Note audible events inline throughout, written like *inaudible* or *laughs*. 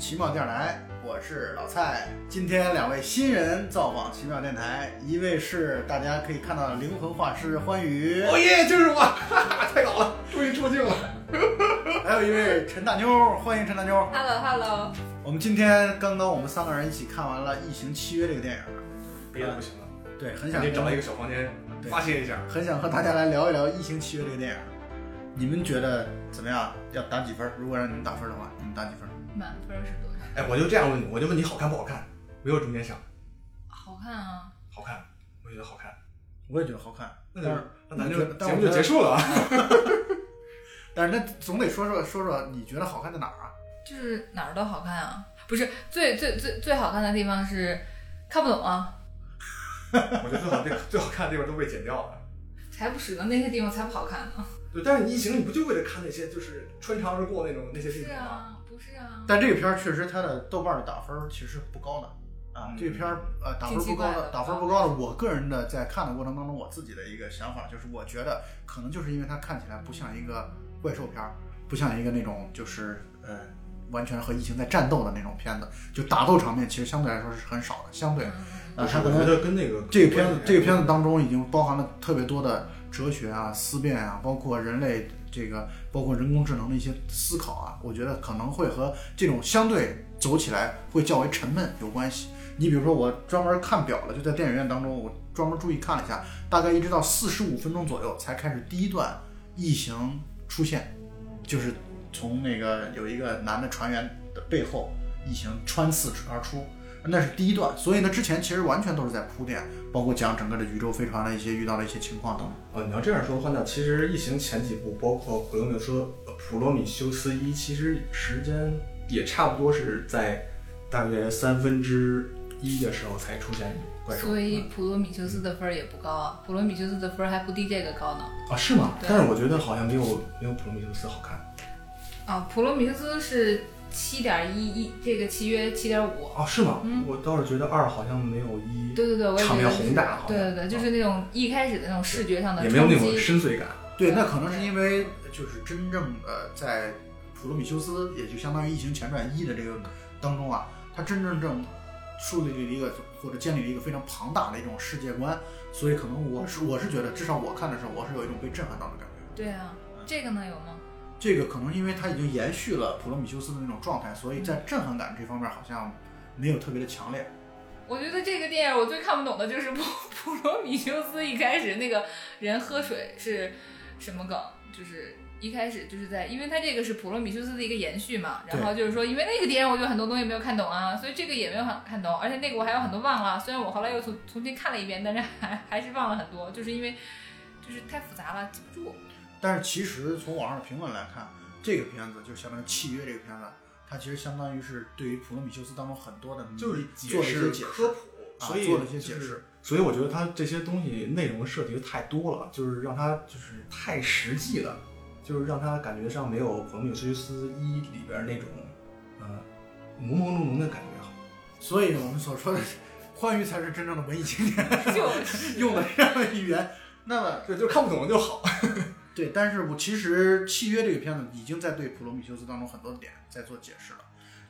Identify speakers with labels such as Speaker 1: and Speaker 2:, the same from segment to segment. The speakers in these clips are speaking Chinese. Speaker 1: 奇妙电台，我是老蔡。今天两位新人造访奇妙电台，一位是大家可以看到的灵魂画师欢愉，
Speaker 2: 哦耶，就是我，哈哈，太好了，终于出镜了。
Speaker 1: 还有一位陈大妞，欢迎陈大妞。
Speaker 3: Hello Hello，
Speaker 1: 我们今天刚刚我们三个人一起看完了《异形契约》这个电影，
Speaker 2: 别哎的不行了，
Speaker 1: 对，很
Speaker 2: 赶
Speaker 1: 想
Speaker 2: 紧找一个小房间
Speaker 1: 对
Speaker 2: 发泄一下。
Speaker 1: 很想和大家来聊一聊《异形契约》这个电影。你们觉得怎么样？要打几分？如果让你们打分的话，你们打几分？
Speaker 3: 满分是多少？
Speaker 2: 哎，我就这样问你，我就问你好看不好看，没有中间想，
Speaker 3: 好看啊！
Speaker 2: 好看，我觉得好看。
Speaker 1: 我也觉得好看，
Speaker 2: 那咱那咱就
Speaker 1: 但是
Speaker 2: 节目就结束了啊。 *laughs*
Speaker 1: 但是那总得说说说说你觉得好看在哪儿啊？
Speaker 3: 就是哪儿都好看啊！不是最最最最好看的地方是看不懂啊，
Speaker 2: 我觉得最好的最好看的地方都被剪掉了。
Speaker 3: 才不是呢，那些地方才不好看呢。
Speaker 2: 对，但是你异形，你不就为了看那些就是穿插而过那种那些镜
Speaker 3: 是
Speaker 2: 头吗？
Speaker 3: 啊，不是啊，
Speaker 1: 但这个片儿确实它的豆瓣的打分儿其实不高的啊，
Speaker 2: 嗯
Speaker 1: 这个片儿呃打分不
Speaker 3: 挺奇
Speaker 1: 高
Speaker 3: 怪
Speaker 1: 的，
Speaker 3: 的嗯
Speaker 1: 打分不高的。我个人的在看的过程当中，我自己的一个想法就是，我觉得可能就是因为它看起来不像一个怪兽片儿，不像一个那种就是呃完全和异形在战斗的那种片子，就打斗场面其实相对来说是很少的，相对啊，
Speaker 3: 嗯，
Speaker 2: 不是
Speaker 1: 它可
Speaker 2: 我觉
Speaker 1: 能
Speaker 2: 得跟那个
Speaker 1: 这个片子这个片子当中已经包含了特别多的哲学啊、思辨啊，包括人类这个，包括人工智能的一些思考啊，我觉得可能会和这种相对走起来会较为沉闷有关系。你比如说，我专门看表了，就在电影院当中，我专门注意看了一下，大概一直到四十五分钟左右才开始第一段异形出现，就是从那个有一个男的船员的背后，异形穿刺而出，那是第一段。所以呢，之前其实完全都是在铺垫，包括讲整个的宇宙飞船的一些遇到的一些情况等等。
Speaker 2: 啊，你要这样说的话，那其实《异形》前几部，包括普罗米修呃普罗米修斯一，其实时间也差不多是在大约三分之一的时候才出现怪兽。嗯
Speaker 3: 所以普罗米修斯的分儿也不高啊，普罗米修斯的分儿还不低这个高呢。
Speaker 2: 啊，是吗？
Speaker 3: 对
Speaker 2: 但是我觉得好像没有没有普罗米修斯好看。
Speaker 3: 啊，普罗米修斯是七点一一，这个契约七点五。
Speaker 2: 哦，是吗？
Speaker 3: 嗯
Speaker 2: 我倒是觉得二好像没有一
Speaker 3: 对对对，我也觉
Speaker 2: 场
Speaker 3: 得
Speaker 2: 面
Speaker 3: 是
Speaker 2: 宏大，好像
Speaker 3: 对对对，就是那种一开始的那种视觉上的
Speaker 2: 也没有那
Speaker 3: 冲
Speaker 2: 种
Speaker 3: 击
Speaker 2: 深邃感。
Speaker 1: 对，那可能是因为就是真正呃，在普罗米修斯，也就相当于《异形前传一》的这个当中啊，他真正正树立了一个或者建立了一个非常庞大的一种世界观，所以可能我是我是觉得，至少我看的时候，我是有一种被震撼到的感觉。
Speaker 3: 对啊，这个呢有吗？
Speaker 1: 这个可能因为它已经延续了普罗米修斯的那种状态，所以在震撼感这方面好像没有特别的强烈。
Speaker 3: 我觉得这个电影我最看不懂的就是普 *laughs* 普罗米修斯一开始那个人喝水是什么梗，就是。一开始就是在，因为它这个是普罗米修斯的一个延续嘛，然后就是说，因为那个电影我有很多东西没有看懂啊，所以这个也没有看看懂，而且那个我还有很多忘了。虽然我后来又重重新看了一遍，但是还还是忘了很多，就是因为就是太复杂了，记不住。
Speaker 1: 但是其实从网上的评论来看，这个片子就相当于《契约》这个片子，它其实相当于是对于普罗米修斯当中很多的谜做了一些解
Speaker 2: 科
Speaker 1: 释。
Speaker 2: 普，
Speaker 1: 啊
Speaker 2: 所以
Speaker 1: 做了一些
Speaker 2: 就
Speaker 1: 解
Speaker 2: 是
Speaker 1: 释。
Speaker 2: 所以我觉得它这些东西内容设计的太多了，就是让它就是太实际了，就是让它感觉上没有《普罗米修斯一》里边那种，呃，朦朦胧胧的感觉好。
Speaker 1: 所以我们所说的欢愉才是真正的文艺青年，
Speaker 3: 就
Speaker 1: *laughs*
Speaker 3: 是
Speaker 1: 用的这样的语言。那么
Speaker 2: 对，就是看不懂就好。
Speaker 1: 对，但是我其实《契约》这个片子已经在对普罗米修斯当中很多点在做解释了。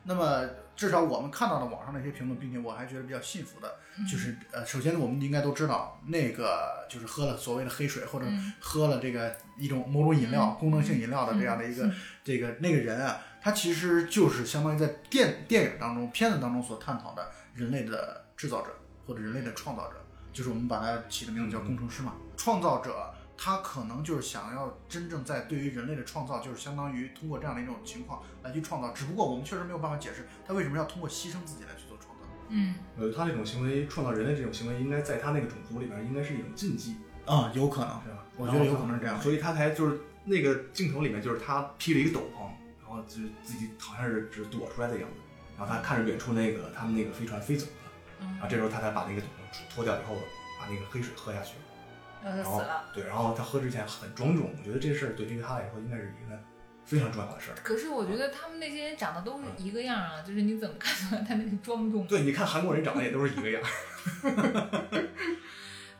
Speaker 1: 那么至少我们看到的网上的一些评论，并且我还觉得比较信服的，
Speaker 3: 嗯
Speaker 1: 就是呃，首先我们应该都知道，那个就是喝了所谓的黑水或者
Speaker 3: 嗯
Speaker 1: 喝了这个一种某种饮料、
Speaker 3: 嗯
Speaker 1: 功能性饮料的这样的一个这个那个人啊，他其实就是相当于在电电影当中、片子当中所探讨的人类的制造者或者人类的创造者，就是我们把它起的名字叫工程师嘛。创造者他可能就是想要真正在对于人类的创造，就是相当于通过这样的一种情况来去创造。只不过我们确实没有办法解释他为什么要通过牺牲自己来去做创造
Speaker 3: 嗯，
Speaker 2: 我觉得他这种行为，创造人类这种行为，应该在他那个种族里边应该是一种禁忌，
Speaker 1: 啊、有可能
Speaker 2: 是吧？
Speaker 1: 我觉得有可能是这样
Speaker 2: 所以他才就是那个镜头里面，就是他披了一个斗篷，然后就是自己好像是只躲出来的样子，然后他看着远处那个他们那个飞船飞走了，
Speaker 3: 嗯
Speaker 2: 然后这时候他才把那个斗篷脱掉以后，把那个黑水喝下去，然后
Speaker 3: 然后他嗯死了。
Speaker 2: 对，然后他喝之前很庄重，我觉得这事儿对于他来说应该是一个非常重要的事儿。
Speaker 3: 可是我觉得他们那些人长得都是
Speaker 1: 嗯
Speaker 3: 一个样啊，就是你怎 *laughs* 么看出来他那个庄重？
Speaker 2: 对，你看韩国人长得也都是一个样，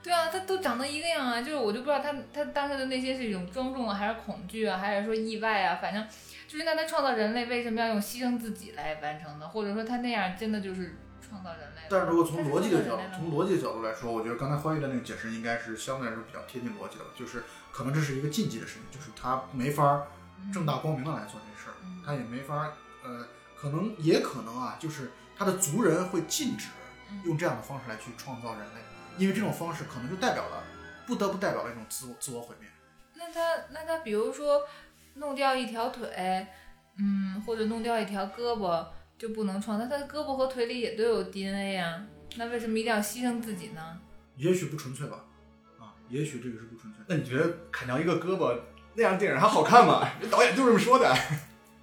Speaker 3: 对啊，啊，他都长得一个样啊，就是我就不知道他他当时的内心是一种庄重啊，还是恐惧啊，还是说意外啊，反正就是那他创造人类为什么要用牺牲自己来完成呢？或者说他那样真的就是创造人类了？
Speaker 1: 但是如果从
Speaker 3: 他是
Speaker 1: 逻辑的角度
Speaker 3: 创造人类，了
Speaker 1: 从
Speaker 3: 吗
Speaker 1: 逻辑的角度来说，我觉得刚才欢愉的那个解释应该是相对来说比较贴近逻辑的，就是可能这是一个禁忌的事情，就是他没法儿正大光明的来做这事儿，
Speaker 3: 嗯
Speaker 1: 他也没法儿呃，可能也可能啊，就是他的族人会禁止
Speaker 3: 嗯
Speaker 1: 用这样的方式来去创造人类，因为这种方式可能就代表了不得不代表了一种自我自我毁灭。
Speaker 3: 那他那他比如说弄掉一条腿，嗯，或者弄掉一条胳膊就不能创造，他的胳膊和腿里也都有 DNA 啊，那为什么一定要牺牲自己呢？
Speaker 1: 也许不纯粹吧，啊，也许这个是不纯粹的。
Speaker 2: *laughs* 那你觉得砍掉一个胳膊那样电影还好看吗？人导演就这么说的。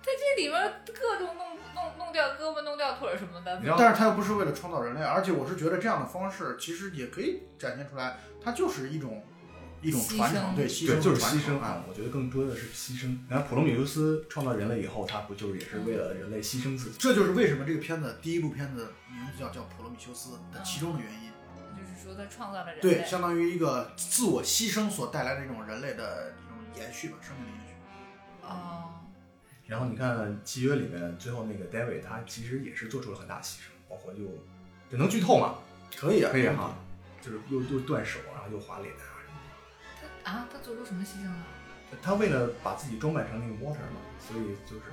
Speaker 3: 这里面各种弄弄弄掉胳膊、弄掉腿什么的
Speaker 2: 你，知道，
Speaker 1: 但是他又不是为了创造人类，而且我是觉得这样的方式其实也可以展现出来，它就是一种一种传
Speaker 3: 牺
Speaker 1: 承，
Speaker 3: 牲
Speaker 1: 对，牺
Speaker 2: 对，
Speaker 1: 牲
Speaker 2: 就是
Speaker 1: 传
Speaker 2: 牺牲
Speaker 1: 承啊。。
Speaker 2: 我觉得更多的是牺牲。然后普罗米修斯创造人类以后，他不就是也是为了人类牺牲自己？
Speaker 1: 这就是为什么这个片子第一部片子名字叫叫《普罗米修斯》的其中的原因。
Speaker 3: 嗯就是说他创造了人类。
Speaker 1: 对，相当于一个自我牺牲所带来的一种人类的这种延续吧，生命的延续。
Speaker 3: 哦，
Speaker 2: 然后你看契约里面最后那个 David，他其实也是做出了很大牺牲，包括就这能剧透吗？
Speaker 1: 可 *laughs* 以啊，
Speaker 2: 可以哈，就是又又断手，然后又划脸啊。
Speaker 3: 他啊，他做出什么牺牲了？
Speaker 2: 他为了把自己装扮成那个 Water 嘛，所以就是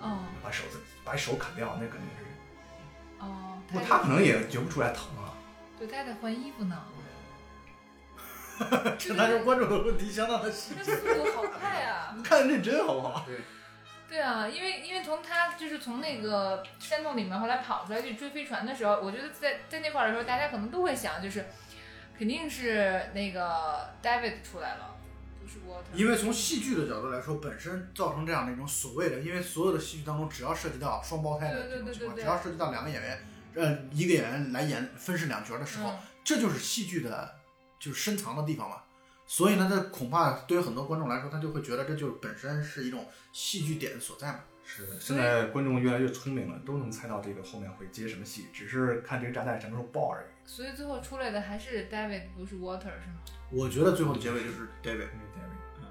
Speaker 3: 哦
Speaker 2: 把手子把手砍掉，那肯定是。
Speaker 3: 哦，
Speaker 2: 不过
Speaker 3: 他
Speaker 2: 他可能也觉不出来疼啊。
Speaker 3: 对，他还得换衣
Speaker 1: *laughs*
Speaker 3: 服呢。
Speaker 1: 这男人观众的问题相当的细
Speaker 3: 这
Speaker 1: 致。
Speaker 3: 速度好快啊！
Speaker 2: 你看认真好不好？
Speaker 3: 对啊，因为因为从他就是从那个山洞里面后来跑出来去追飞船的时候，我觉得在在那块儿的时候，大家可能都会想，就是肯定是那个 David 出来了，不是 Water。
Speaker 1: 因为从戏剧的角度来说，本身造成这样的一种所谓的，因为所有的戏剧当中，只要涉及到双胞胎的这
Speaker 3: 对对
Speaker 1: 种
Speaker 3: 对
Speaker 1: 情况，
Speaker 3: 对对
Speaker 1: 只要涉及到两个演员，呃，一个演员来演分饰两角的时候，
Speaker 3: 嗯
Speaker 1: 这就是戏剧的，就是深藏的地方嘛。所以呢，这恐怕对于很多观众来说，他就会觉得这就是本身是一种戏剧点所在嘛。
Speaker 2: 是的，现在观众越来越聪明了，都能猜到这个后面会接什么戏，只是看这个炸弹什么时候爆而已。
Speaker 3: 所以最后出来的还是 David，不是 Water 是吗？
Speaker 1: 我觉得最后的结尾就是 David，
Speaker 2: 因为 David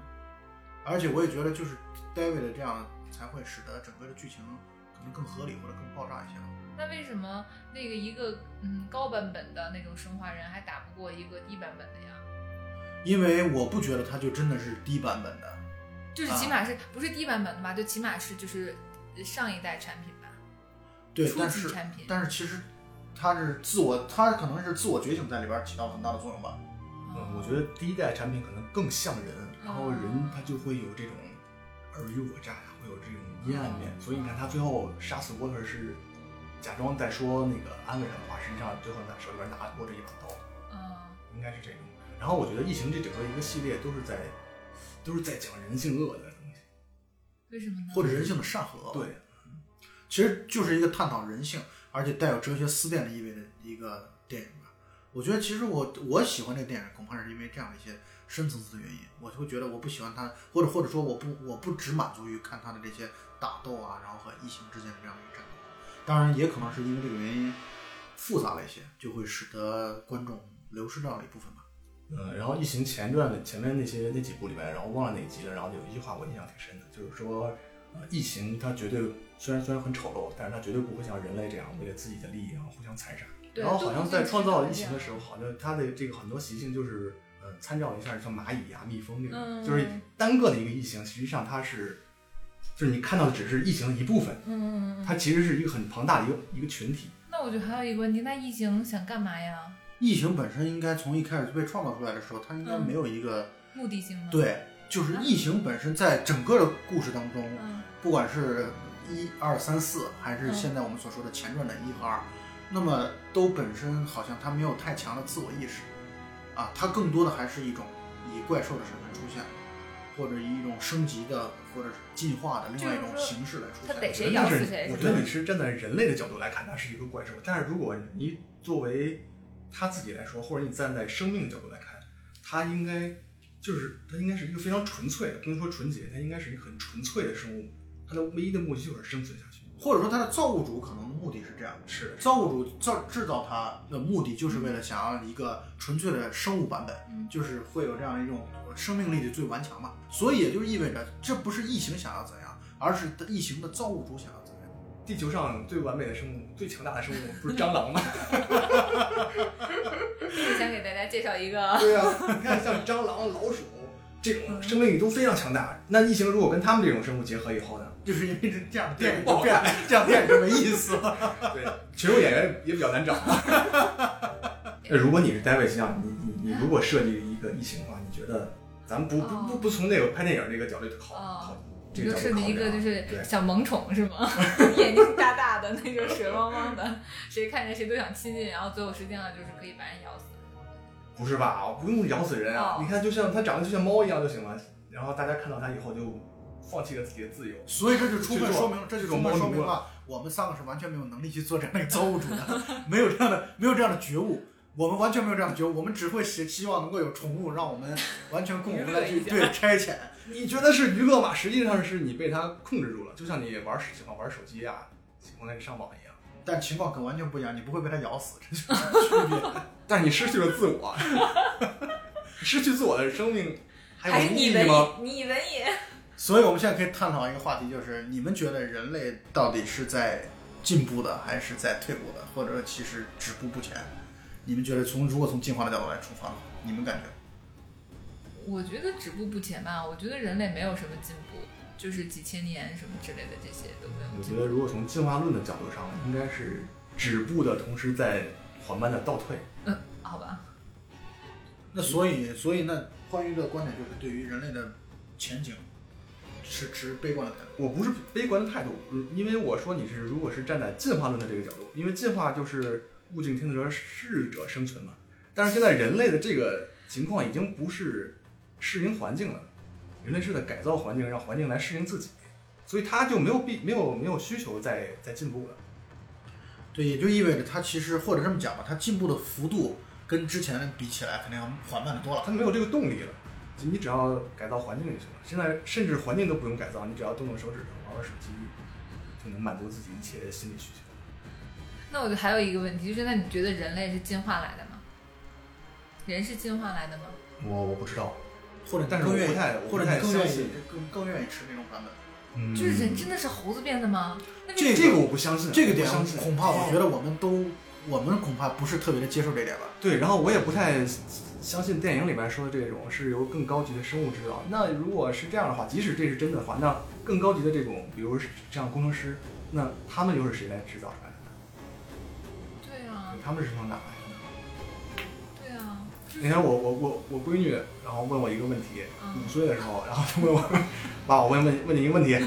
Speaker 1: 而且我也觉得就是 David 的这样才会使得整个的剧情可能更合理或者更爆炸一些吧。
Speaker 3: 那为什么那个一个嗯高版本的那种生化人还打不过一个低版本的呀？
Speaker 1: 因为我不觉得他就真的是低版本的。
Speaker 3: 就是
Speaker 2: 啊
Speaker 3: 起码是、不是低版本的吧？就起码是就是上一代产品吧，
Speaker 1: 对，
Speaker 3: 初
Speaker 1: 但
Speaker 3: 级
Speaker 1: 是
Speaker 3: 产品。
Speaker 1: 但是其实他是自我，他可能是自我觉醒在里边儿起到很大的作用吧。
Speaker 2: 嗯，我觉得第一代产品可能更像人，然后人他就会有这种尔虞我诈，会有这种阴暗面。所以你看他最后杀死沃特是假装在说那个安慰他的话，实际上最后在手里边拿握着一把刀，
Speaker 3: 嗯
Speaker 2: 应该是这种。然后我觉得《疫情》这整个一个系列都是在都是在讲人性恶的东西。
Speaker 3: 为什么呢？
Speaker 1: 或者人性的善和，，
Speaker 2: 对，
Speaker 1: 其实就是一个探讨人性，而且带有哲学思辨的意味的一个电影吧。我觉得其实我我喜欢这个电影，恐怕是因为这样的一些深层次的原因，我就会觉得我不喜欢它，或者或者说我不我不只满足于看它的这些打斗啊，然后和异形之间的这样的战斗。当然，也可能是因为这个原因复杂了一些，就会使得观众流失掉了一部分吧。
Speaker 2: 嗯，然后《异形》前传的前面那些那几部里面，然后忘了哪集了，然后有一句话我印象挺深的，就是说，呃，异形它绝对虽然虽然很丑陋，但是它绝对不会像人类这样为了自己的利益然后互相残杀。
Speaker 3: 对
Speaker 2: 然后好像在创造
Speaker 3: 都
Speaker 2: 异
Speaker 3: 不是这
Speaker 2: 形
Speaker 3: 样
Speaker 2: 的时候，好像它的这个很多习性就是，呃，参照一下像蚂蚁呀、蜜蜂这种，
Speaker 3: 嗯
Speaker 2: 就是单个的一个异形，实际上它是，就是你看到的只是异形的一部分，
Speaker 3: 嗯嗯嗯。
Speaker 2: 它其实是一个很庞大的一个一个群体。
Speaker 3: 那我觉得还有一个问题，那异形想干嘛呀？
Speaker 1: 异形本身应该从一开始就被创造出来的时候，它应该
Speaker 3: 嗯
Speaker 1: 没有一个、
Speaker 3: 目的性吗？。
Speaker 1: 对，就是异形本身在整个的故事当中，
Speaker 3: 嗯
Speaker 1: 不管是一二三四，还是
Speaker 3: 嗯
Speaker 1: 现在我们所说的前传的一和二，那么都本身好像它没有太强的自我意识，啊，它更多的还是一种以怪兽的身份出现，或者以一种升级的或者是进化的另外一种
Speaker 3: 就是说
Speaker 1: 形式来出
Speaker 3: 它得
Speaker 1: 现。
Speaker 3: 谁咬死谁
Speaker 2: 我
Speaker 3: 是
Speaker 2: 觉得
Speaker 3: 吧
Speaker 2: 你是站在人类的角度来看，它是一个怪兽。但是如果你作为他自己来说，或者你站在生命的角度来看，它应该就是它应该是一个非常纯粹的，不能说纯洁，它应该是一个很纯粹的生物。它的唯一的目的就是生存下去。
Speaker 1: 或者说他的造物主可能目的是这样的。
Speaker 2: 是
Speaker 1: 造物主造制造它的目的就是为了想要一个纯粹的生物版本，
Speaker 3: 嗯
Speaker 1: 就是会有这样的一种生命力的最顽强嘛。所以也就意味着，这不是异形想要怎样，而是异形的造物主想要怎样。
Speaker 2: 地球上最完美的生物、最强大的生物不是蟑螂吗？ *laughs*
Speaker 3: 我想给大家介绍一个，
Speaker 2: 对呀、啊你看像蟑螂、老鼠这种生命力都非常强大。那异形如果跟他们这种生物结合以后呢？
Speaker 1: 就是因为这样的电影就变，这样的电影就没意思了。
Speaker 2: 对，群众演员也比较难
Speaker 3: *laughs*
Speaker 2: 找。那哎如果你是单位形象，你你你如果设计一个异形的话，你觉得咱们不不不不从那个拍电影这个角度考
Speaker 3: 哦
Speaker 2: 考这
Speaker 3: 你
Speaker 2: 个
Speaker 3: 就
Speaker 2: 角
Speaker 3: 设
Speaker 2: 度考
Speaker 3: 计一
Speaker 2: 虑
Speaker 3: 个
Speaker 2: 啊，
Speaker 3: 就是
Speaker 2: 对
Speaker 3: 小萌宠是
Speaker 2: *laughs*
Speaker 3: 吗？眼睛大大的那种水汪汪的，谁看着谁都想亲近，然后最后实际上就是可以把人咬死。
Speaker 2: 不是吧？我不用咬死人啊！
Speaker 3: 哦
Speaker 2: 你看，就像它长得就像猫一样就行了。然后大家看到它以后就放弃了自己的自由。
Speaker 1: 所以这就充分说明，这就充分说
Speaker 2: 这
Speaker 1: 明
Speaker 2: 种猫奴
Speaker 1: 了我们三个是完全没有能力去做这样的造物主的，没有这样的没有这样的觉悟。我们完全没有这样的觉悟，我们只会希希望能够有宠物，让我们完全共同的去
Speaker 3: 娱乐一下
Speaker 1: 对差遣。
Speaker 2: 你觉得是娱乐嘛？实际上是你被它控制住了，就像你玩喜欢玩手机啊，喜欢那个上网一样。
Speaker 1: 但情况可完全不一样，你不会被它咬死， *laughs* 这就是区别。
Speaker 2: 但是你失去了自
Speaker 3: *laughs*
Speaker 2: 我， *laughs* 失去自我的生命还
Speaker 3: 还
Speaker 2: 有
Speaker 3: 是
Speaker 2: 意
Speaker 3: 你
Speaker 2: 义
Speaker 3: 文
Speaker 2: 吗？
Speaker 3: 艺，你文艺，
Speaker 1: 所以我们现在可以探讨一个话题，就是你们觉得人类到底是在进步的，还是在退步的，或者说其实止步不前？你们觉得从如果从进化的角度来出发，你们感觉？
Speaker 3: *laughs* 我觉得止步不前吧，我觉得人类没有什么进步，就是几千年什么之类的这些都没有
Speaker 2: 我
Speaker 3: 进
Speaker 2: 觉
Speaker 3: 步。
Speaker 2: 得，如果从进化论的角度上，应该是止步的同时在缓慢的倒退。
Speaker 3: 嗯，好吧，
Speaker 1: 那所以，所以那关于的观点就是，对于人类的前景持持悲观的态度。
Speaker 2: 我不是悲观的态度，嗯因为我说你是如果是站在进化论的这个角度，因为进化就是物竞天择，适者生存嘛。但是现在人类的这个情况已经不是适应环境了，人类是在改造环境，让环境来适应自己，所以他就没有必没有没有需求再再进步了。
Speaker 1: 对，也就意味着它其实或者这么讲吧，它进步的幅度跟之前比起来，肯定要缓慢的多了。
Speaker 2: 他没有这个动力了。就你只要改造环境就行了。现在甚至环境都不用改造，你只要动动手指头，玩玩手机，就能满足自己一切心理需求。
Speaker 3: 那我就还有一个问题，就是那你觉得人类是进化来的吗？人是进化来的吗？
Speaker 2: 我我不知道，
Speaker 1: 或者你
Speaker 2: 但是
Speaker 1: 更
Speaker 2: 我
Speaker 1: 愿
Speaker 2: 不
Speaker 1: 意
Speaker 2: 太，我
Speaker 1: 或
Speaker 2: 不
Speaker 1: 者你
Speaker 2: 太
Speaker 1: 更
Speaker 2: 相
Speaker 1: 愿
Speaker 2: 信
Speaker 1: 意。更更愿意吃那种版本。
Speaker 2: 嗯
Speaker 3: 就是人真的是猴子变的吗？那为
Speaker 1: 这
Speaker 2: 这个我不相信，啊
Speaker 1: 这个
Speaker 2: 我不
Speaker 1: 点
Speaker 2: 相信哦
Speaker 1: 恐怕我觉得我们都，我们恐怕不是特别的接受这点吧。
Speaker 2: 对，然后我也不太相信电影里面说的这种是由更高级的生物制造。那如果是这样的话，即使这是真的话，那更高级的这种，比如是像工程师，那他们又是谁来制造出来的？
Speaker 3: 对啊，
Speaker 2: 他们是从哪来的？
Speaker 3: 对啊，
Speaker 2: 那天我我我我闺女，然后问我一个问题，
Speaker 3: 嗯
Speaker 2: 五岁的时候，然后她问我，爸，我问问问你一个问题，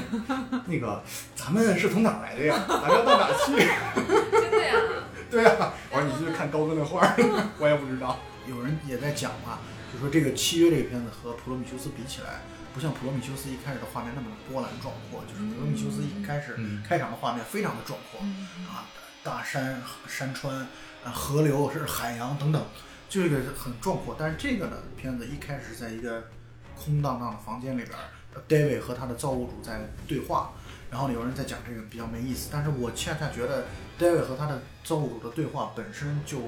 Speaker 2: 那个咱们是从哪儿来的呀？咱们要到哪儿去？ *laughs*
Speaker 3: 真的呀，
Speaker 2: 对呀、我说你是看高更的画儿，我也不知道。
Speaker 1: 有人也在讲嘛，就说这个《契约》这个片子和《普罗米修斯》比起来，不像《普罗米修斯》一开始的画面那么的波澜壮阔，就是《普罗米修斯》一开始
Speaker 2: 嗯
Speaker 1: 开场的画面非常的壮阔
Speaker 3: 嗯
Speaker 1: 啊，大山、山川、啊河流、是海洋等等，这个很壮阔。但是这个呢，片子一开始是在一个空荡荡的房间里边呃，David 和他的造物主在对话，然后有人在讲这个比较没意思，但是我恰恰觉得 David 和他的造物主的对话本身就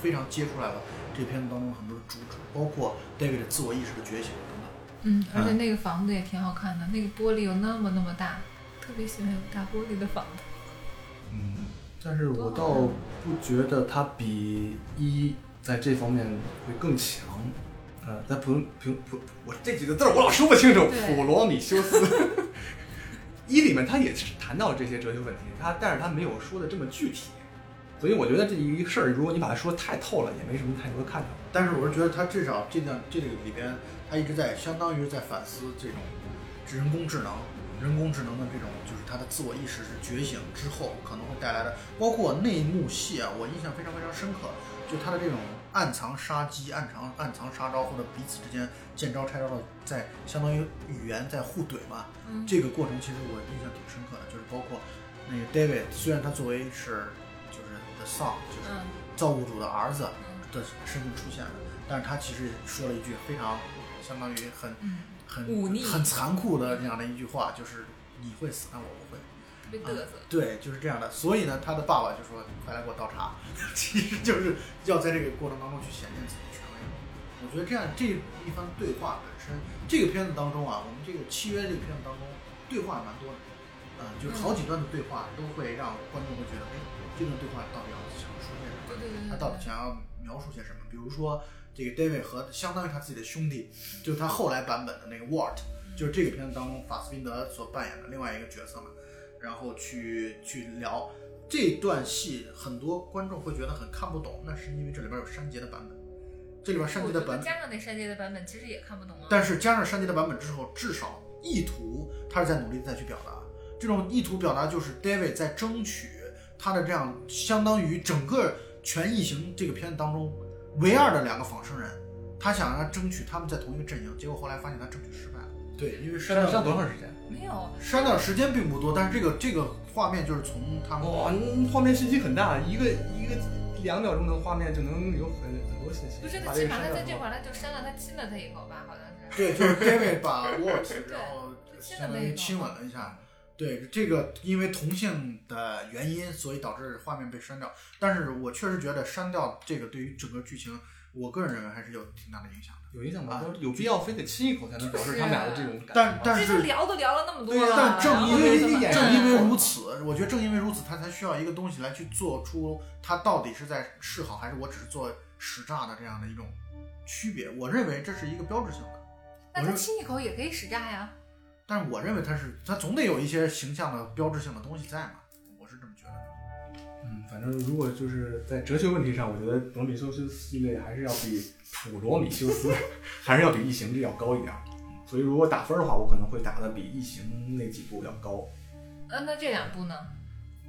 Speaker 1: 非常揭出来了这片子当中很多主旨，包括 David 的自我意识的觉醒等等。
Speaker 3: 嗯，
Speaker 1: 啊
Speaker 3: 而且那个房子也挺好看的，那个玻璃有那么那么大，特别喜欢有大玻璃的房子。
Speaker 2: 嗯，但是我倒不觉得他比一在这方面会更强。呃，在普普普，我这几个字儿我老说不清楚。
Speaker 3: 对
Speaker 2: 普罗米修斯一里面他也是谈到了这些哲学问题，他但是他没有说的这么具体，所以我觉得这一个事儿，如果你把它说太透了，也没什么太多的看头。
Speaker 1: 但是我是觉得他至少这段这个里边，他一直在相当于是在反思这种人工智能，人工智能的这种就是他的自我意识是觉醒之后可能会带来的，包括那一幕戏啊，我印象非常非常深刻，就他的这种暗藏杀机、暗藏暗藏杀招或者彼此之间见招拆招的，在相当于语言在互怼嘛，
Speaker 3: 嗯，
Speaker 1: 这个过程其实我印象挺深刻的，就是包括那个 David，虽然他作为是就是 The Son，就是
Speaker 3: 嗯
Speaker 1: 造物主的儿子。
Speaker 3: 嗯
Speaker 1: 的身份出现了，但是他其实说了一句非常相当于很
Speaker 3: 嗯，
Speaker 1: 很
Speaker 3: 忤逆
Speaker 1: 很残酷的那样的一句话，就是你会死，但我不会。
Speaker 3: 被嘚瑟。
Speaker 1: 对，就是这样的。所以呢，他的爸爸就说：“快来给我倒茶。” *laughs* 其实就是要在这个过程当中去显现自己的权威。我觉得这样这一番对话本身，这个片子当中啊，我们这个契约这个片子当中对话也蛮多的，嗯，就是好几段的对话都会让观众会觉得，哎，这段对话到底要想说些什么？
Speaker 3: 对对对对，
Speaker 1: 他啊到底想要描述些什么？比如说这个 David 和相当于他自己的兄弟，就是他后来版本的那个 Walt，就是这个片子当中法斯宾德所扮演的另外一个角色嘛，然后去去聊这段戏，很多观众会觉得很看不懂，那是因为这里边有删节的版本，这里边删节的
Speaker 3: 我
Speaker 1: 版
Speaker 3: 觉得
Speaker 1: 本，
Speaker 3: 加上那删节的版本，其实也看不懂啊。
Speaker 1: 但是加上删节的版本之后，至少意图他是在努力地再去表达，这种意图表达就是 David 在争取他的这样相当于整个《全异形》这个片子当中唯二的两个仿生人，他想让他争取他们在同一个阵营，结果后来发现他争取失败了。对，因为删掉
Speaker 2: 多长时间？
Speaker 3: 没有，
Speaker 1: 删掉时间并不多，但是这个这个画面就是从他们
Speaker 2: 哇，嗯画面信息很大，一个一个两秒钟的画面就能有很很多信息。
Speaker 3: 不是他
Speaker 2: 把
Speaker 3: 起
Speaker 2: 这个
Speaker 3: 码他
Speaker 2: 删
Speaker 3: 在
Speaker 2: 掉之
Speaker 3: 这
Speaker 2: 后
Speaker 3: 块儿他就删了，他亲了他一口吧，好像是。
Speaker 1: *laughs* 对，就是 David 把
Speaker 3: *laughs*
Speaker 1: Walt 然后
Speaker 3: 对
Speaker 1: 相当于亲吻了一下。对，这个因为同性的原因，所以导致画面被删掉。但是我确实觉得删掉这个对于整个剧情，我个人认为还是有挺大的影响的。
Speaker 2: 有影响吗？啊有必要非得亲一口才能表示他们俩的这种感觉吗？
Speaker 1: 但但
Speaker 3: 这
Speaker 1: 是
Speaker 3: 都聊都聊了那么多
Speaker 2: 对
Speaker 3: 了，
Speaker 2: 呀
Speaker 1: 但正
Speaker 3: 啊然后
Speaker 1: 因
Speaker 3: 就这
Speaker 1: 为
Speaker 2: 演
Speaker 3: 么
Speaker 2: 员
Speaker 1: 正因为
Speaker 2: 嗯
Speaker 1: 如此，我觉得正因为如此，他才需要一个东西来去做出他到底是在示好还是我只是做使诈的这样的一种区别。我认为这是一个标志性的。
Speaker 3: 那
Speaker 1: 我
Speaker 3: 他
Speaker 1: 是
Speaker 3: 亲一口也可以使诈呀。
Speaker 1: 但是我认为它是，它总得有一些形象的标志性的东西在嘛，我是这么觉得。
Speaker 2: 嗯，反正如果就是在哲学问题上，我觉得罗米修斯系列还是要比普罗米修斯 *laughs* 还是要比异形这要高一点儿。所以如果打分的话，我可能会打的比异形那几部要高。
Speaker 3: 呃，那这两部呢？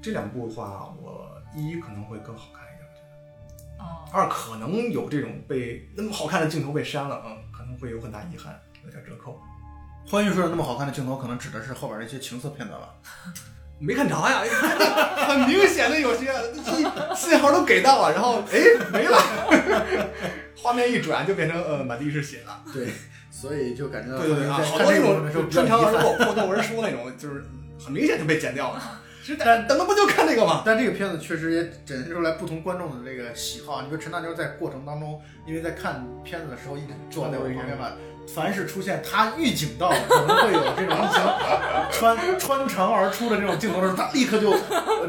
Speaker 2: 这两部的话，我一可能会更好看一点，我觉得。
Speaker 3: 哦，
Speaker 2: 二可能有这种被那么好看的镜头被删了，嗯，可能会有很大遗憾，有点折扣。
Speaker 1: 欢愉说的那么好看的镜头，可能指的是后边那些情色片段吧？
Speaker 2: 没看着呀， *laughs* 很明显的有些信信号都给到了，然后哎没了， *laughs* 画面一转就变成呃满地是血了。
Speaker 1: 对，所以就感觉到
Speaker 2: 对对对啊，
Speaker 1: 在
Speaker 2: 好
Speaker 1: 看
Speaker 2: 多
Speaker 1: 这
Speaker 2: 那
Speaker 1: 个部分的时候
Speaker 2: 种
Speaker 1: 比较
Speaker 2: 穿
Speaker 1: 遗
Speaker 2: 长而
Speaker 1: 憾。
Speaker 2: 过破旧而书那种，就是很明显就被剪掉 *laughs* 了。其实咱咱们不就看这个吗？
Speaker 1: 但这个片子确实也展现出来不同观众的这个喜好。你说陈大妞在过程当中，因为在看片子的时候一直坐在我旁边嘛，凡是出现他预警到的，可能会有这种穿穿长而出的这种镜头的时候，他立刻就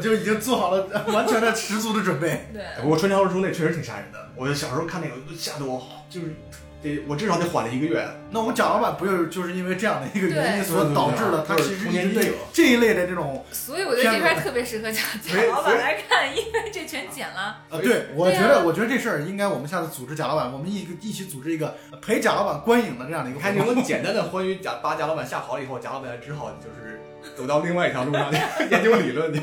Speaker 1: 就已经做好了完全的十足的准备。
Speaker 3: 对，
Speaker 2: 不过《春潮而出》那确实挺吓人的，我小时候看那个吓得我好，就是得我至少得缓了一个月。
Speaker 1: 那我们讲老板不就是就是因为这样的一个原因
Speaker 3: 对
Speaker 1: 所导致的，
Speaker 2: 对对对啊
Speaker 1: 他其实一
Speaker 2: 童年
Speaker 1: 直
Speaker 2: 阴
Speaker 1: 对
Speaker 2: 影
Speaker 1: 这一类的这种
Speaker 3: 所以我觉得这片儿特别适合讲
Speaker 2: 没
Speaker 3: 贾老板来看，因为这全剪了。
Speaker 1: 呃，
Speaker 2: 所以
Speaker 1: 对我
Speaker 3: 对
Speaker 1: 觉
Speaker 3: 啊
Speaker 1: 得我觉得这事儿应该我们下次组织贾老板，我们一个一起组织一个陪贾老板观影的这样的一个活
Speaker 2: 你看这
Speaker 1: 动。
Speaker 2: 种简单的关于贾把贾老板吓跑了以后，贾老板只好就是走到另外一条路上研究理论去。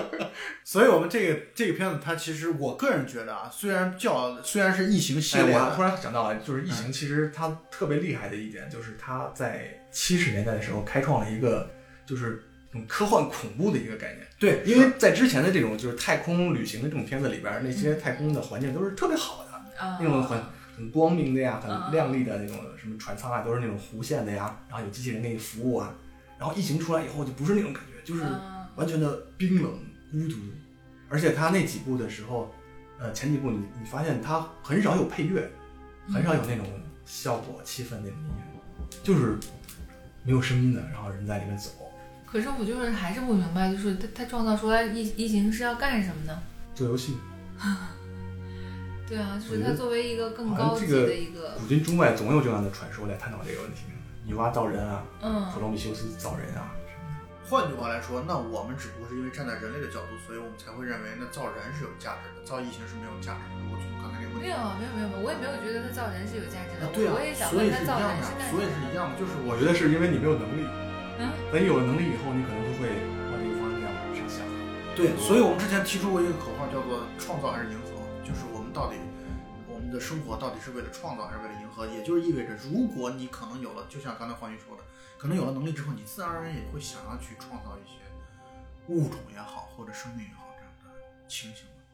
Speaker 1: *laughs* 所以我们这个这个片子，它其实我个人觉得啊，虽然叫虽然是异形系
Speaker 2: 哎，
Speaker 1: 列
Speaker 2: 我还
Speaker 1: 的，
Speaker 2: 突然想到了，就是异形，其实它特别厉害的一点，就是它在七十年代的时候开创了一个，就是那种科幻恐怖的一个概念。
Speaker 1: 对，
Speaker 2: 因为在之前的这种就是太空旅行的这种片子里边儿，那些太空的环境都是特别好的，
Speaker 3: 啊
Speaker 2: 那种很很光明的呀，
Speaker 3: 啊
Speaker 2: 很亮丽的那种什么船舱啊，都是那种弧线的呀，然后有机器人给你服务啊。然后异形出来以后就不是那种感觉，就是
Speaker 3: 啊
Speaker 2: 完全的冰冷孤独，而且他那几部的时候，呃，前几部你你发现他很少有配乐，很少有那种效果气氛那种音乐，就是没有声音的，然后人在里面走，
Speaker 3: 可是我就是还是不明白，就是他他创造出来异异形是要干什么呢？
Speaker 2: 做游戏。
Speaker 3: 对啊，就
Speaker 2: 我
Speaker 3: 是
Speaker 2: 觉
Speaker 3: 他
Speaker 2: 得
Speaker 3: 作为一个更
Speaker 2: 好像
Speaker 3: 高
Speaker 2: 这
Speaker 3: 级
Speaker 2: 个
Speaker 3: 的一个，
Speaker 2: 古今中外总有这样的传说来探讨这个问题，女娲造人啊，
Speaker 3: 嗯
Speaker 2: 普，罗米修斯造人啊，
Speaker 1: 换句话来说，那我们只不过是因为站在人类的角度，所以我们才会认为那造人是有价值的，造异形是没有价值的。我从刚才那个问
Speaker 3: 没
Speaker 1: 题
Speaker 3: 有。没有没有，没有，我也没有觉得他造人是有价值
Speaker 1: 啊
Speaker 3: 的，
Speaker 1: 对啊
Speaker 3: 我也，想
Speaker 1: 所以
Speaker 3: 问
Speaker 1: 是
Speaker 3: 他
Speaker 1: 一
Speaker 3: 造
Speaker 1: 样
Speaker 3: 人
Speaker 1: 的
Speaker 3: 是，干什
Speaker 1: 所以
Speaker 3: 么？
Speaker 1: 是一样的，就是我
Speaker 2: 我觉得是因为你没有能力，
Speaker 3: 嗯，
Speaker 2: 等你有了能力以后，你可能就会往这个方向上想。
Speaker 1: 对，所以我们之前提出过一个口号，叫做“创造还是迎合”，就是我们到底我们的生活到底是为了创造还是为了迎合？也就是意味着，如果你可能有了，就像刚才黄云说的，可能有了能力之后，你自然而然也会想要去创造一些物种也好，或者生命也好这样的情形吧。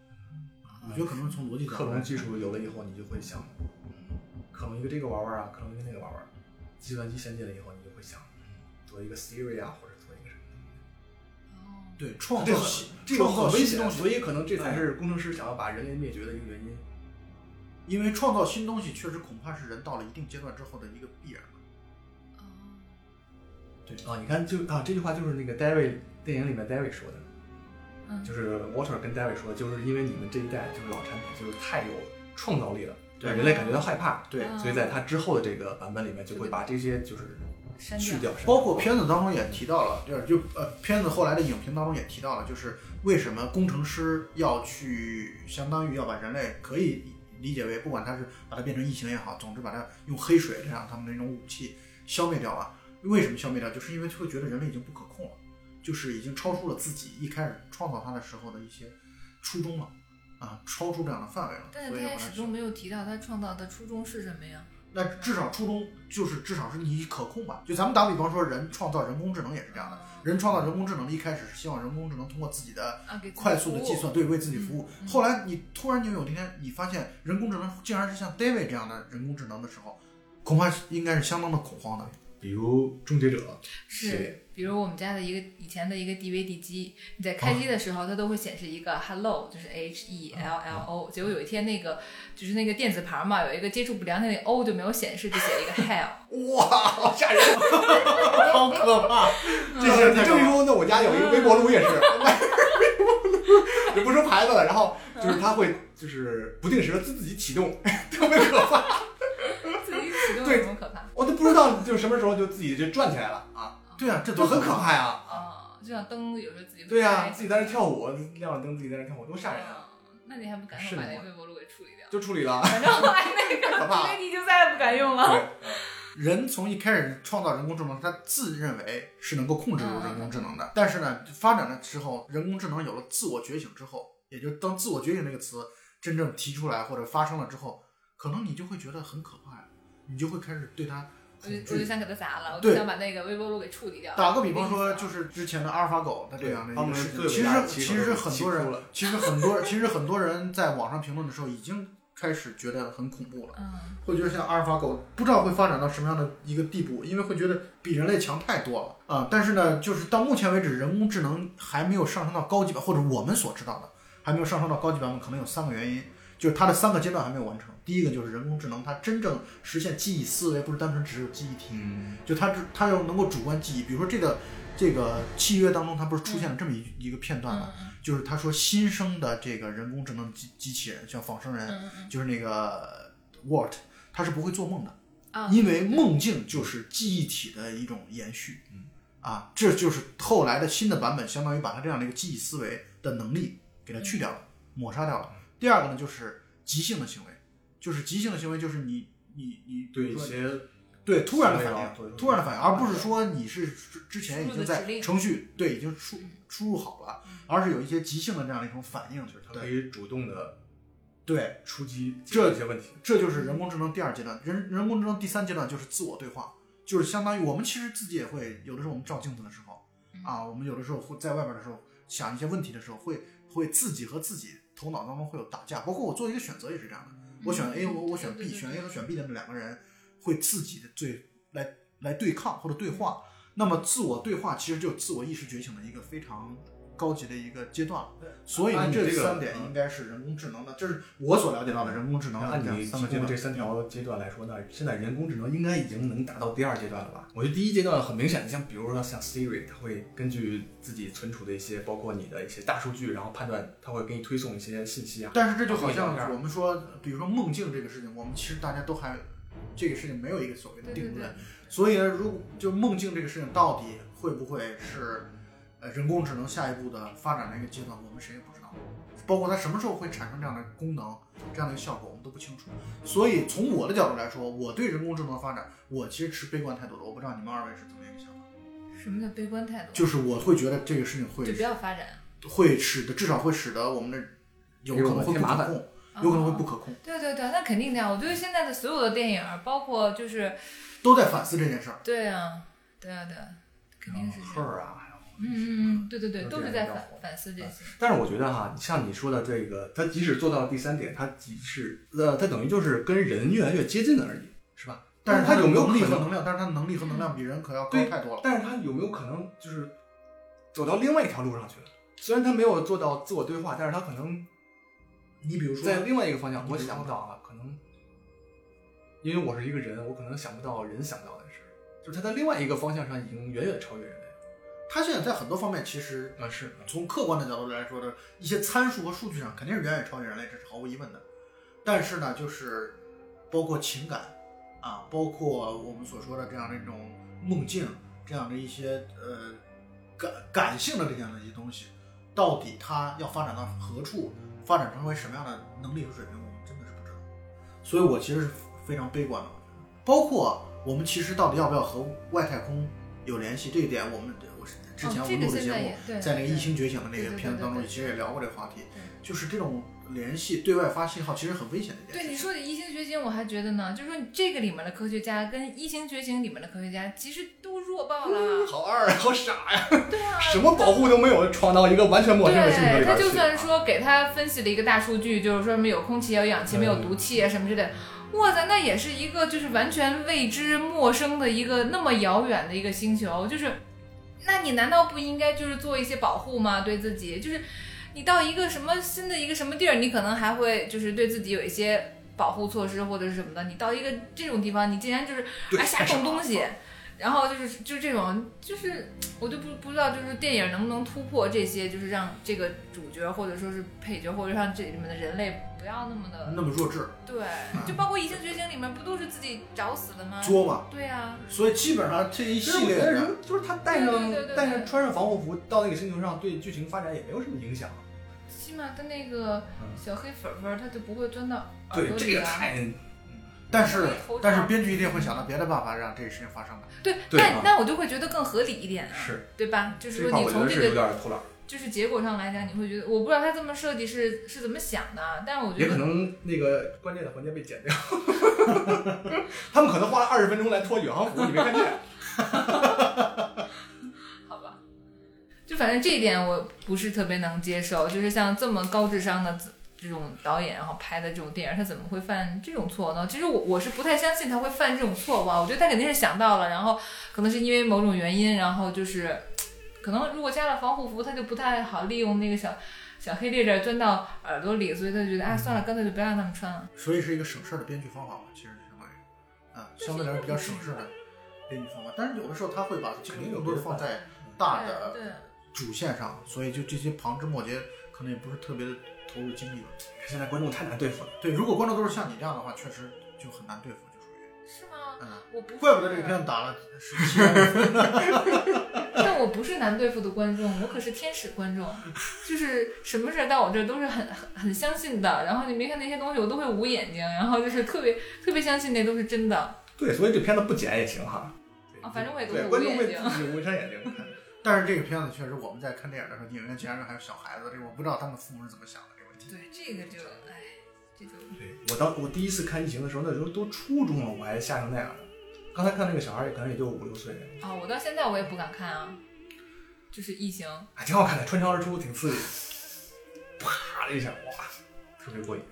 Speaker 1: 啊我觉得可能是从逻辑
Speaker 2: 克
Speaker 1: 上
Speaker 2: 隆
Speaker 1: 来
Speaker 2: 技术有了以后，你就会想，嗯，克隆一个这个玩玩啊，克隆一个那个玩玩。计算机先进了以后，你就会想，嗯，做一个 Siri 啊，或者做一个什么。
Speaker 3: 哦
Speaker 1: 对，创
Speaker 2: 这
Speaker 1: 造
Speaker 2: 很
Speaker 1: 新
Speaker 2: 这个
Speaker 1: 创
Speaker 2: 很
Speaker 1: 造
Speaker 2: 危
Speaker 1: 新
Speaker 2: 险，
Speaker 1: 东西
Speaker 2: 所以可能这
Speaker 1: 嗯
Speaker 2: 才是工程师想要把人类灭绝的一个原因。
Speaker 1: 因为创造新东西确实恐怕是人到了一定阶段之后的一个必然。
Speaker 3: 哦
Speaker 2: 啊，你看就啊，这句话就是那个 David 电影里面 David 说的，
Speaker 3: 嗯
Speaker 2: 就是 Water 跟 David 说，就是因为你们这一代就是老产品就是太有创造力了，
Speaker 1: 对
Speaker 2: 让人类感觉到害怕，
Speaker 1: 对，
Speaker 3: 嗯
Speaker 2: 所以在他之后的这个版本里面就会把这些就是
Speaker 3: 嗯删
Speaker 2: 去掉，
Speaker 1: 包括片子当中也提到了，就是就呃，片子后来的影评当中也提到了，就是为什么工程师要去，相当于要把人类可以理解为，不管他是把它变成异形也好，总之把它用黑水这样他们的一种武器消灭掉了。为什么消灭掉？就是因为会觉得人类已经不可控了，就是已经超出了自己一开始创造它的时候的一些初衷了。啊，超出这样的范围了，
Speaker 3: 但
Speaker 1: 所
Speaker 3: 是
Speaker 1: 以
Speaker 3: 他
Speaker 1: 要把
Speaker 3: 也
Speaker 1: 它
Speaker 3: 始终没有提到他创造的初衷是什么呀？
Speaker 1: 那至少初衷就是至少是你可控吧。就咱们打比方说，人创造人工智能也是这样的。人创造人工智能一开始是希望人工智能通过自己的
Speaker 3: 啊，给自己
Speaker 1: 快速的
Speaker 3: 服务
Speaker 1: 计算，对为自己服务。
Speaker 3: 嗯
Speaker 1: 后来你突然就有一天，你发现人工智能竟然是像 David 这样的人工智能的时候，恐怕是应该是相当的恐慌的。
Speaker 3: 哦
Speaker 2: 比如终结者系列
Speaker 3: 是，比如我们家的一个以前的一个 DVD 机，你在
Speaker 2: 哦
Speaker 3: 开机的时候，它都会显示一个 hello，就是 H E L L
Speaker 2: 哦
Speaker 3: O。结果有一天那个就是那个电子牌嘛，有一个接触不良，那个 O 就没有显示，就写一个
Speaker 2: *laughs*
Speaker 3: hell。
Speaker 2: 哇，好吓 *laughs* 人，好可怕！嗯这是你这么一说，那我家有一个微波炉也是，也不说牌子了，然后就是它会就是不定时的自己启动， *laughs* 特别可怕。
Speaker 3: 自己启动有什么可怕？
Speaker 2: 我都不知道就什么时候就自己就转起来了啊，
Speaker 1: 对啊，这
Speaker 2: 这
Speaker 1: 多
Speaker 2: 很可
Speaker 3: *laughs*
Speaker 2: 怕呀！啊，
Speaker 3: 啊，就像灯有时候自己
Speaker 2: 对呀、
Speaker 3: 开
Speaker 2: 自己在那跳舞，亮着灯自己在那跳舞，多吓人啊！！
Speaker 3: 那你还不赶
Speaker 2: 是
Speaker 3: 快把那
Speaker 2: 吗
Speaker 3: 个微波炉给处理
Speaker 2: *laughs*
Speaker 3: 掉？
Speaker 2: 就处理了，
Speaker 3: 反正后来那个
Speaker 2: 可怕
Speaker 3: DVD 就再也不敢用了。
Speaker 2: 对，
Speaker 1: 人从一开始创造人工智能，他自认为是能够控制住人工智能
Speaker 3: 嗯
Speaker 1: 的，但是呢，发展了之后，人工智能有了自我觉醒之后，也就当“自我觉醒”这个词真正提出来或者发生了之后，可能你就会觉得很可怕，你就会开始对它
Speaker 3: 我就
Speaker 1: 恐
Speaker 3: 我就
Speaker 1: 惧。
Speaker 3: 想给它砸了，我就
Speaker 1: 对
Speaker 3: 想把那个微波炉给处理掉。
Speaker 1: 打个比方
Speaker 3: 呃那
Speaker 1: 说，
Speaker 3: 个意思啊
Speaker 1: 就是之前的阿尔法狗它这样的
Speaker 2: 他
Speaker 1: 一
Speaker 2: 们
Speaker 1: 个事情，
Speaker 2: 最伟
Speaker 1: 其
Speaker 2: 大的
Speaker 1: 实
Speaker 2: 棋
Speaker 1: 其
Speaker 2: 手
Speaker 1: 实
Speaker 2: 都
Speaker 1: 很
Speaker 2: 棋
Speaker 1: 多
Speaker 2: 出
Speaker 1: 人
Speaker 2: 了，
Speaker 1: 其实很多，其实很多人在网上评论的时候已经开始觉得很恐怖了。
Speaker 3: 嗯，
Speaker 1: 会觉得像阿尔法狗不知道会发展到什么样的一个地步，因为会觉得比人类强太多了啊、但是呢，就是到目前为止，人工智能还没有上升到高级版，或者我们所知道的还没有上升到高级版本，可能有三个原因，就是它的三个阶段还没有完成。第一个就是人工智能它真正实现记忆思维，不是单纯只有记忆体，
Speaker 2: 嗯，
Speaker 1: 就它只它要能够主观记忆。比如说这个这个契约当中，它不是出现了这么一一个片段吗？
Speaker 3: 嗯
Speaker 1: 就是他说新生的这个人工智能机机器人，像仿生人，
Speaker 3: 嗯嗯
Speaker 1: 就是那个 Word，它是不会做梦的，
Speaker 3: 啊，
Speaker 1: 因为梦境就是记忆体的一种延续。
Speaker 2: 嗯，
Speaker 1: 啊，这就是后来的新的版本，相当于把它这样的一个记忆思维的能力给它去掉了，
Speaker 3: 嗯
Speaker 1: 抹杀掉了。第二个呢，就是即兴的行为，就是即兴的行为，就是你你你
Speaker 2: 对
Speaker 1: 比
Speaker 2: 一
Speaker 1: 如说
Speaker 2: 些
Speaker 1: 对嗯突然的
Speaker 2: 行为啊
Speaker 1: 反
Speaker 2: 做出
Speaker 1: 应，突然的反应，而不是说你是之之前已
Speaker 3: 输入
Speaker 1: 经
Speaker 3: 的
Speaker 1: 在
Speaker 3: 指令嗯
Speaker 1: 程序对已经输输入好了，而是有一些即兴的这样的一种反应，就是
Speaker 2: 他可
Speaker 1: 对
Speaker 2: 以主动的
Speaker 1: 对。
Speaker 2: 出击
Speaker 1: 这
Speaker 2: 这些问题。
Speaker 1: 这就是人工智能第二阶段，人人工智能第三阶段就是自我对话，就是相当于我们其实自己也会有的时候我们照镜子的时候
Speaker 3: 嗯
Speaker 1: 啊，我们有的时候会在外边的时候想一些问题的时候，会会自己和自己头脑当中会有打架，包括我做一个选择也是这样的，我选 A 我我选 B，选 A 和选 B 的那两个人会自己的对来来对抗或者对话，那么自我对话其实就是自我意识觉醒的一个非常高级的一个阶段了。所以呢
Speaker 2: 按，你
Speaker 1: 这
Speaker 2: 这个嗯
Speaker 1: 三点应该是人工智能的，这是我所了解到的人工智能
Speaker 2: 按
Speaker 1: 这样
Speaker 2: 你
Speaker 1: 三个阶
Speaker 2: 提供
Speaker 1: 段
Speaker 2: 这。三条阶段来说呢，现在人工智能应该已经能达到第二阶段了吧？我觉得第一阶段很明显的，像比如说像 Siri，它会根据自己存储的一些，包括你的一些大数据，然后判断，它会给你推送一些信息啊。
Speaker 1: 但是这就
Speaker 2: 好
Speaker 1: 好
Speaker 2: 像
Speaker 1: 像
Speaker 2: 这样
Speaker 1: 我们说，比如说梦境这个事情，我们其实大家都还这个事情没有一个所谓的
Speaker 3: 对对
Speaker 1: 定
Speaker 3: 对
Speaker 1: 论，所以呢，如果就梦境这个事情到底会不会是呃人工智能下一步的发展的一个阶段，我们谁也不知道，包括它什么时候会产生这样的功能、这样的一个效果，我们都不清楚。所以从我的角度来说，我对人工智能的发展，我其实持悲观态度的。我不知道你们二位是怎么一个想法，
Speaker 3: 嗯什么叫悲观态度？
Speaker 1: 就是我会觉得这个事情会
Speaker 3: 就不要发展，
Speaker 1: 会使得至少会使得我们的有可能会不
Speaker 2: 给我们添麻
Speaker 1: 可
Speaker 2: 烦
Speaker 1: 控，
Speaker 3: 嗯
Speaker 1: 有可能会不可控。
Speaker 3: 对对对，那肯定的呀。我觉得现在的所有的电影儿，包括就是，
Speaker 1: 都在反思这件事儿。
Speaker 3: 对啊，对啊，对啊，肯定是这样。
Speaker 2: Her 啊，然后
Speaker 3: 嗯嗯嗯，对对对，
Speaker 2: 都
Speaker 3: 都
Speaker 2: 这样
Speaker 3: 是在
Speaker 2: 要
Speaker 3: 反
Speaker 2: 活
Speaker 3: 反思这
Speaker 1: 嗯
Speaker 3: 些。哦
Speaker 2: 但是我觉得哈、像你说的这个，它即使做到第三点，它即使呃，它等于就是跟人越来越接近了而已，是吧？
Speaker 1: 但是
Speaker 2: 它
Speaker 1: 他
Speaker 2: 有没有
Speaker 1: 能力
Speaker 2: 可
Speaker 1: 和
Speaker 2: 能？
Speaker 1: 能量？但是他能力和能量比人可要高
Speaker 2: 对
Speaker 1: 太多了。
Speaker 2: 但是它有没有可能就是走到另外一条路上去了。虽然他没有做到自我对话，但是他可能
Speaker 1: 你比如说，
Speaker 2: 在另外一个方向，
Speaker 1: 你
Speaker 2: 我
Speaker 1: 比如说
Speaker 2: 想不到啊，可能因为我是一个人，我可能想不到人想不到的事儿，就是他在另外一个方向上已经远远超越人类了。
Speaker 1: 他现在在很多方面其实
Speaker 2: 啊，是，
Speaker 1: 从客观的角度来说的一些参数和数据上肯定是远远超越人类，这是毫无疑问的。但是呢，就是包括情感啊，包括我们所说的这样的一种梦境，这样的一些呃感感性的这样的一些东西，到底它要发展到何处，发展成为什么样的能力和水平，我们真的是不知道。所以我其实是非常悲观的，我觉得包括我们其实到底要不要和外太空有联系这一点，我们我是之前
Speaker 3: 哦
Speaker 1: 我
Speaker 3: 这
Speaker 1: 们
Speaker 3: 个
Speaker 1: 录的
Speaker 3: 现
Speaker 1: 节
Speaker 3: 在
Speaker 1: 目
Speaker 3: 也，对
Speaker 1: 在那个
Speaker 3: 对
Speaker 1: 异星觉醒的那
Speaker 3: 对
Speaker 1: 个
Speaker 3: 对
Speaker 1: 片子
Speaker 3: 对
Speaker 1: 当中，
Speaker 3: 对
Speaker 1: 其实也聊过这个话题，
Speaker 3: 对
Speaker 1: 就是这种联系对外发信号其实很危险的一件
Speaker 3: 对
Speaker 1: 事
Speaker 3: 你
Speaker 1: 情。
Speaker 3: 说的一星觉醒，我还觉得呢，就是说你这个里面的科学家跟一星觉醒里面的科学家其实都弱爆
Speaker 1: 嗯
Speaker 3: 了。
Speaker 2: 好二啊，好傻呀、
Speaker 3: 对啊，
Speaker 2: 什么保护都没有，闯到一个完全陌生的星球里
Speaker 3: 对，
Speaker 2: 边
Speaker 3: 他
Speaker 2: 去啊
Speaker 3: 就
Speaker 2: 了。
Speaker 3: 算说给他分析了一个大数据，就是说什么有空气、有氧气、
Speaker 2: 嗯
Speaker 3: 没有毒气啊什么之类的。哇塞，那也是一个就是完全未知、陌生的一个那么遥远的一个星球，就是，那你难道不应该就是做一些保护吗？对自己，就是你到一个什么新的一个什么地儿，你可能还会就是对自己有一些保护措施或者是什么的。你到一个这种地方，你竟然就是
Speaker 2: 对
Speaker 3: 哎瞎
Speaker 2: 干啥
Speaker 3: 动东西，
Speaker 2: 嗯
Speaker 3: 然后就是就这种，就是我就不不知道，就是电影能不能突破这些，就是让这个主角或者说是配角，或者让这里面的人类不要那么的
Speaker 2: 嗯
Speaker 1: 那么弱智，
Speaker 3: 对，就包括《异星觉醒》里面不都是自己找死的吗？
Speaker 1: 作嘛。
Speaker 3: 对啊，
Speaker 1: 所以基本上这一
Speaker 2: 其实
Speaker 1: 系
Speaker 2: 我觉
Speaker 1: 列
Speaker 2: 得
Speaker 1: 的，
Speaker 2: 人就是他带上
Speaker 3: 对对对对对
Speaker 2: 带上穿上防护服到那个星球上，对剧情发展也没有什么影响。
Speaker 3: 啊起码他那个
Speaker 2: 嗯
Speaker 3: 小黑粉粉儿他就不会钻到耳
Speaker 2: 对，
Speaker 3: 朵
Speaker 2: 这
Speaker 3: 里
Speaker 2: 个
Speaker 3: 啊。
Speaker 2: 太
Speaker 1: 但是
Speaker 3: 头条
Speaker 1: 但是编剧一定会想到别的办法让这个事情发生的。
Speaker 3: 对，
Speaker 2: 对
Speaker 3: 那
Speaker 2: 啊
Speaker 3: 那我就会觉得更合理一点啊，
Speaker 2: 是
Speaker 3: 对吧？就是
Speaker 2: 这
Speaker 3: 说
Speaker 2: 块，
Speaker 3: 你
Speaker 2: 我觉
Speaker 3: 从
Speaker 2: 得
Speaker 3: 这
Speaker 2: 是有
Speaker 3: 个
Speaker 2: 点偷懒。
Speaker 3: 就是结果上来讲，你会觉得我不知道他这么设计是是怎么想的啊，但是我觉
Speaker 2: 也
Speaker 3: 得
Speaker 2: 可能那个关键的环节被剪掉， *laughs* 他们可能花了二十分钟来脱宇航服，你没看见？
Speaker 3: 好吧，就反正这一点我不是特别能接受，就是像这么高智商的这这种导演，然后拍的这种电影，他怎么会犯这种错呢？其实我我是不太相信他会犯这种错误啊，我觉得他肯定是想到了，然后可能是因为某种原因，然后就是可能如果加了防护服，他就不太好利用那个小。小黑猎人钻到耳朵里，所以他就觉得
Speaker 1: 嗯
Speaker 3: 啊，算了，干脆就不要让他们穿了。
Speaker 1: 所以是一个省事儿的编剧方法嘛，其实相当于，啊，相对来说比较省事儿的编剧方法。但是有的时候他会把精力更多的放在大
Speaker 3: 对
Speaker 1: 的
Speaker 3: 对
Speaker 1: 主线上，所以就这些旁枝末节可能也不是特别的投入精力吧。
Speaker 2: 现在观众太难对付了，
Speaker 1: 对，如果观众都是像你这样的话，确实就很难对付，就属于，
Speaker 3: 是吗？
Speaker 1: 嗯，
Speaker 3: 我不
Speaker 1: 怪不得这个片子打了十七万分。
Speaker 3: 但我不是难对付的观众，我可是天使观众，就是什么事儿到我这儿都是很很很相信的。然后你没看那些东西，我都会捂眼睛，然后就是特别特别相信那都是真的。
Speaker 2: 对，所以这片子不剪也行哈。
Speaker 3: 啊反正我也都
Speaker 2: 对
Speaker 3: 捂
Speaker 2: 观众会
Speaker 3: 眼睛
Speaker 2: 自己捂上眼睛看。
Speaker 1: *laughs* 但是这个片子确实，我们在看电影的时候，影院竟然还有小孩子，这个我不知道他们父母是怎么想的这个问题。
Speaker 3: 对，这个就哎，这就
Speaker 2: 对我当我第一次看《异形》的时候，那时候都初中了，我还吓成那样呢。刚才看那个小孩儿也可能也就五六岁，
Speaker 3: 啊、我到现在我也不敢看啊，就是异形。
Speaker 2: 还啊挺好看的，穿墙而出挺刺激，啪的一下，哇，特别过瘾。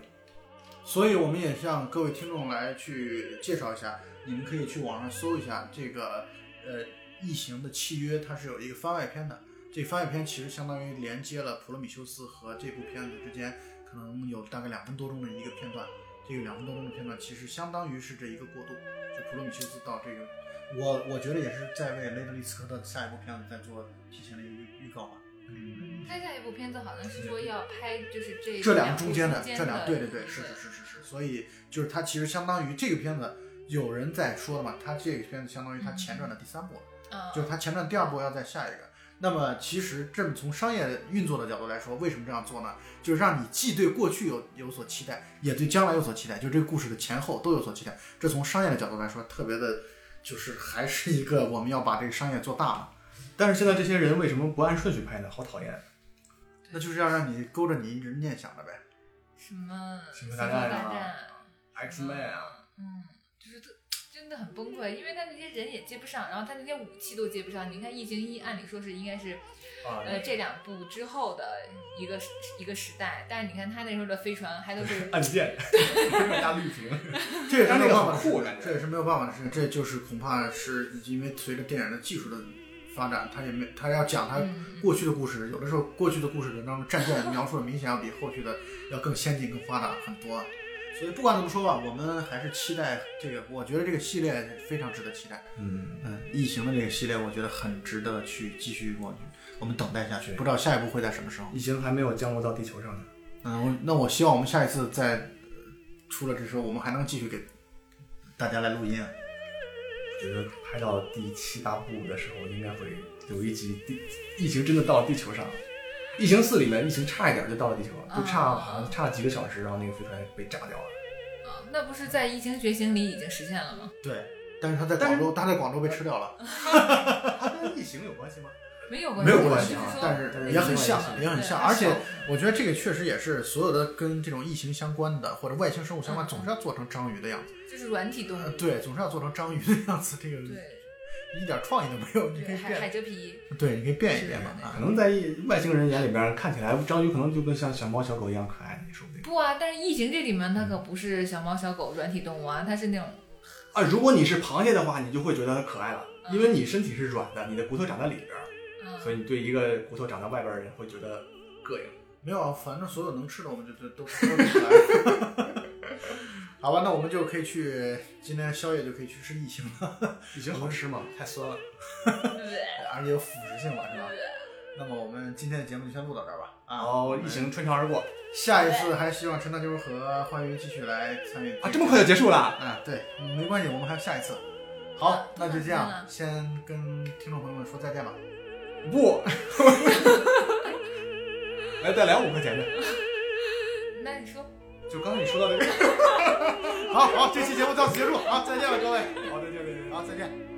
Speaker 1: 所以我们也向各位听众来去介绍一下，你们可以去网上搜一下这个呃《异形的契约》，它是有一个番外篇的。这个番外篇其实相当于连接了《普罗米修斯》和这部片子之间，可能有大概两分多钟的一个片段。这个两分多钟的片段其实相当于是这一个过渡，就普罗米修斯到这个，我我觉得也是在为雷德利·斯科特的下一部片子在做提前的一个预预告吧。嗯，
Speaker 3: 他下一部片子好像是说要拍，就是这
Speaker 1: 这两
Speaker 3: 两
Speaker 1: 个
Speaker 3: 部
Speaker 1: 中间的，
Speaker 3: 间
Speaker 1: 这两对对
Speaker 3: 对
Speaker 1: 对，是是是是是，所以就是它其实相当于这个片子，有人在说的嘛，它这个片子相当于它前传的第三部，
Speaker 3: 嗯，
Speaker 1: 就是它前传第二部要再下一个。那么其实这么从商业运作的角度来说，为什么这样做呢？就是让你既对过去有有所期待，也对将来有所期待，就这个故事的前后都有所期待。这从商业的角度来说，特别的，就是还是一个我们要把这个商业做大嘛，
Speaker 2: 但是现在这些人为什么不按顺序拍呢？好讨厌！
Speaker 1: 那就是要让你勾着你一直念想的呗。
Speaker 3: 什么
Speaker 2: 星
Speaker 3: 球
Speaker 2: 球
Speaker 3: 大
Speaker 2: 大
Speaker 3: 战
Speaker 2: 战啊 X-Men 啊，
Speaker 3: 嗯，就是特真的很崩溃，因为他那些人也接不上，然后他那些武器都接不上。你看《异形一》，按理说是应该是
Speaker 2: 啊，
Speaker 3: 呃这两部之后的一个时一个时代，但是你看他那时候的飞船还都
Speaker 1: *laughs*
Speaker 3: 是
Speaker 2: 按 *laughs* 键，大绿屏，
Speaker 1: 这也是没有办法
Speaker 2: 但那个很酷我感觉
Speaker 1: 这也是没有办法的事情。这就是恐怕是因为随着电影的技术的发展，他也没他要讲他
Speaker 3: 嗯，
Speaker 1: 过去的故事，有的时候过去的故事当中战舰描述的明显要比后续的要更先进、更发达很多。啊所以不管怎么说吧，我们还是期待这个，我觉得这个系列非常值得期待。
Speaker 2: 嗯，
Speaker 1: 嗯，异形的这个系列，我觉得很值得去继续我我们等待下去，不知道下一步会在什么时候。
Speaker 2: 异形还没有降落到地球上呢。
Speaker 1: 嗯，我那我希望我们下一次再呃出了这时候，我们还能继续给大家来录音啊。
Speaker 2: 我觉得拍到第七八部的时候，应该会有一集地疫情真的到了地球上。异形四里面，异形差一点就到了地球了，就差
Speaker 3: 啊
Speaker 2: 好像差了几个小时，然后那个飞船被炸掉了。
Speaker 3: 啊那不是在《异形觉醒》里已经实现了吗？
Speaker 1: 对，但是他在
Speaker 2: 但是
Speaker 1: 广州，他在广州被吃掉了，
Speaker 2: *laughs* 它跟异形有关
Speaker 3: *laughs*
Speaker 2: 系吗？
Speaker 3: 没有
Speaker 1: 没有
Speaker 3: 关
Speaker 1: 关
Speaker 3: 系
Speaker 1: 系
Speaker 3: 就
Speaker 1: 啊
Speaker 3: 是，
Speaker 1: 但
Speaker 3: 说
Speaker 1: 是
Speaker 2: 但是
Speaker 1: 也很
Speaker 2: 另外一
Speaker 1: 像
Speaker 2: 个，
Speaker 1: 也很
Speaker 3: 对
Speaker 1: 像，
Speaker 3: 它
Speaker 1: 而且
Speaker 3: 手
Speaker 1: 我觉得这个确实也是所有的跟这种异形相关的或者外星生物相关，
Speaker 3: 嗯
Speaker 1: 总是要做成章鱼的样子。
Speaker 3: 就是软体动
Speaker 1: 呃，
Speaker 3: 物，
Speaker 1: 对，总是要做成章鱼的样子，这个
Speaker 3: 对
Speaker 1: 一点创意都没有，嗯你可
Speaker 3: 对，
Speaker 1: 以
Speaker 3: 海海
Speaker 1: 变，
Speaker 3: 蜇皮，
Speaker 1: 对，你可以变一变嘛
Speaker 3: 是
Speaker 2: 可
Speaker 3: 的
Speaker 1: 啊。
Speaker 2: 能在外星人眼里边看起来，章鱼可能就跟像小猫小狗一样可爱，也说不定。
Speaker 3: 不啊，但是《异形》这里面它可不是小猫小狗软体动物啊，它是那种
Speaker 2: 啊，如果你是螃蟹的话，你就会觉得它可爱了，因为你身体是软的，你的骨头长在里边儿，
Speaker 3: 嗯
Speaker 2: 所以你对一个骨头长在外边儿的人会觉得膈应。
Speaker 1: 没有，啊，反正所有能吃的我们就就都都给来了。 *laughs* 好吧，那我们就可以去今天宵夜就可以去吃异形了，
Speaker 2: 异形好吃吗？太酸了。
Speaker 1: 而且有腐蚀性嘛，是吧？那么我们今天的节目就先录到这儿吧。啊，
Speaker 2: 然后异形穿墙而过
Speaker 1: 下一次还希望陈大妞和欢愉继续来参与
Speaker 2: 啊，这么快就结束了？
Speaker 1: 啊，对，没关系，我们还有下一次。好，那就这
Speaker 3: 嗯嗯
Speaker 1: 样，先跟听众朋友们说再见吧。
Speaker 2: 不， *laughs* 来再来五块钱的。
Speaker 3: 那你说，
Speaker 2: 就刚才你说到这个，
Speaker 1: 好好，这期节目到此结束，好，再见了各位，
Speaker 2: 好，再见，再见。
Speaker 1: 好，再见。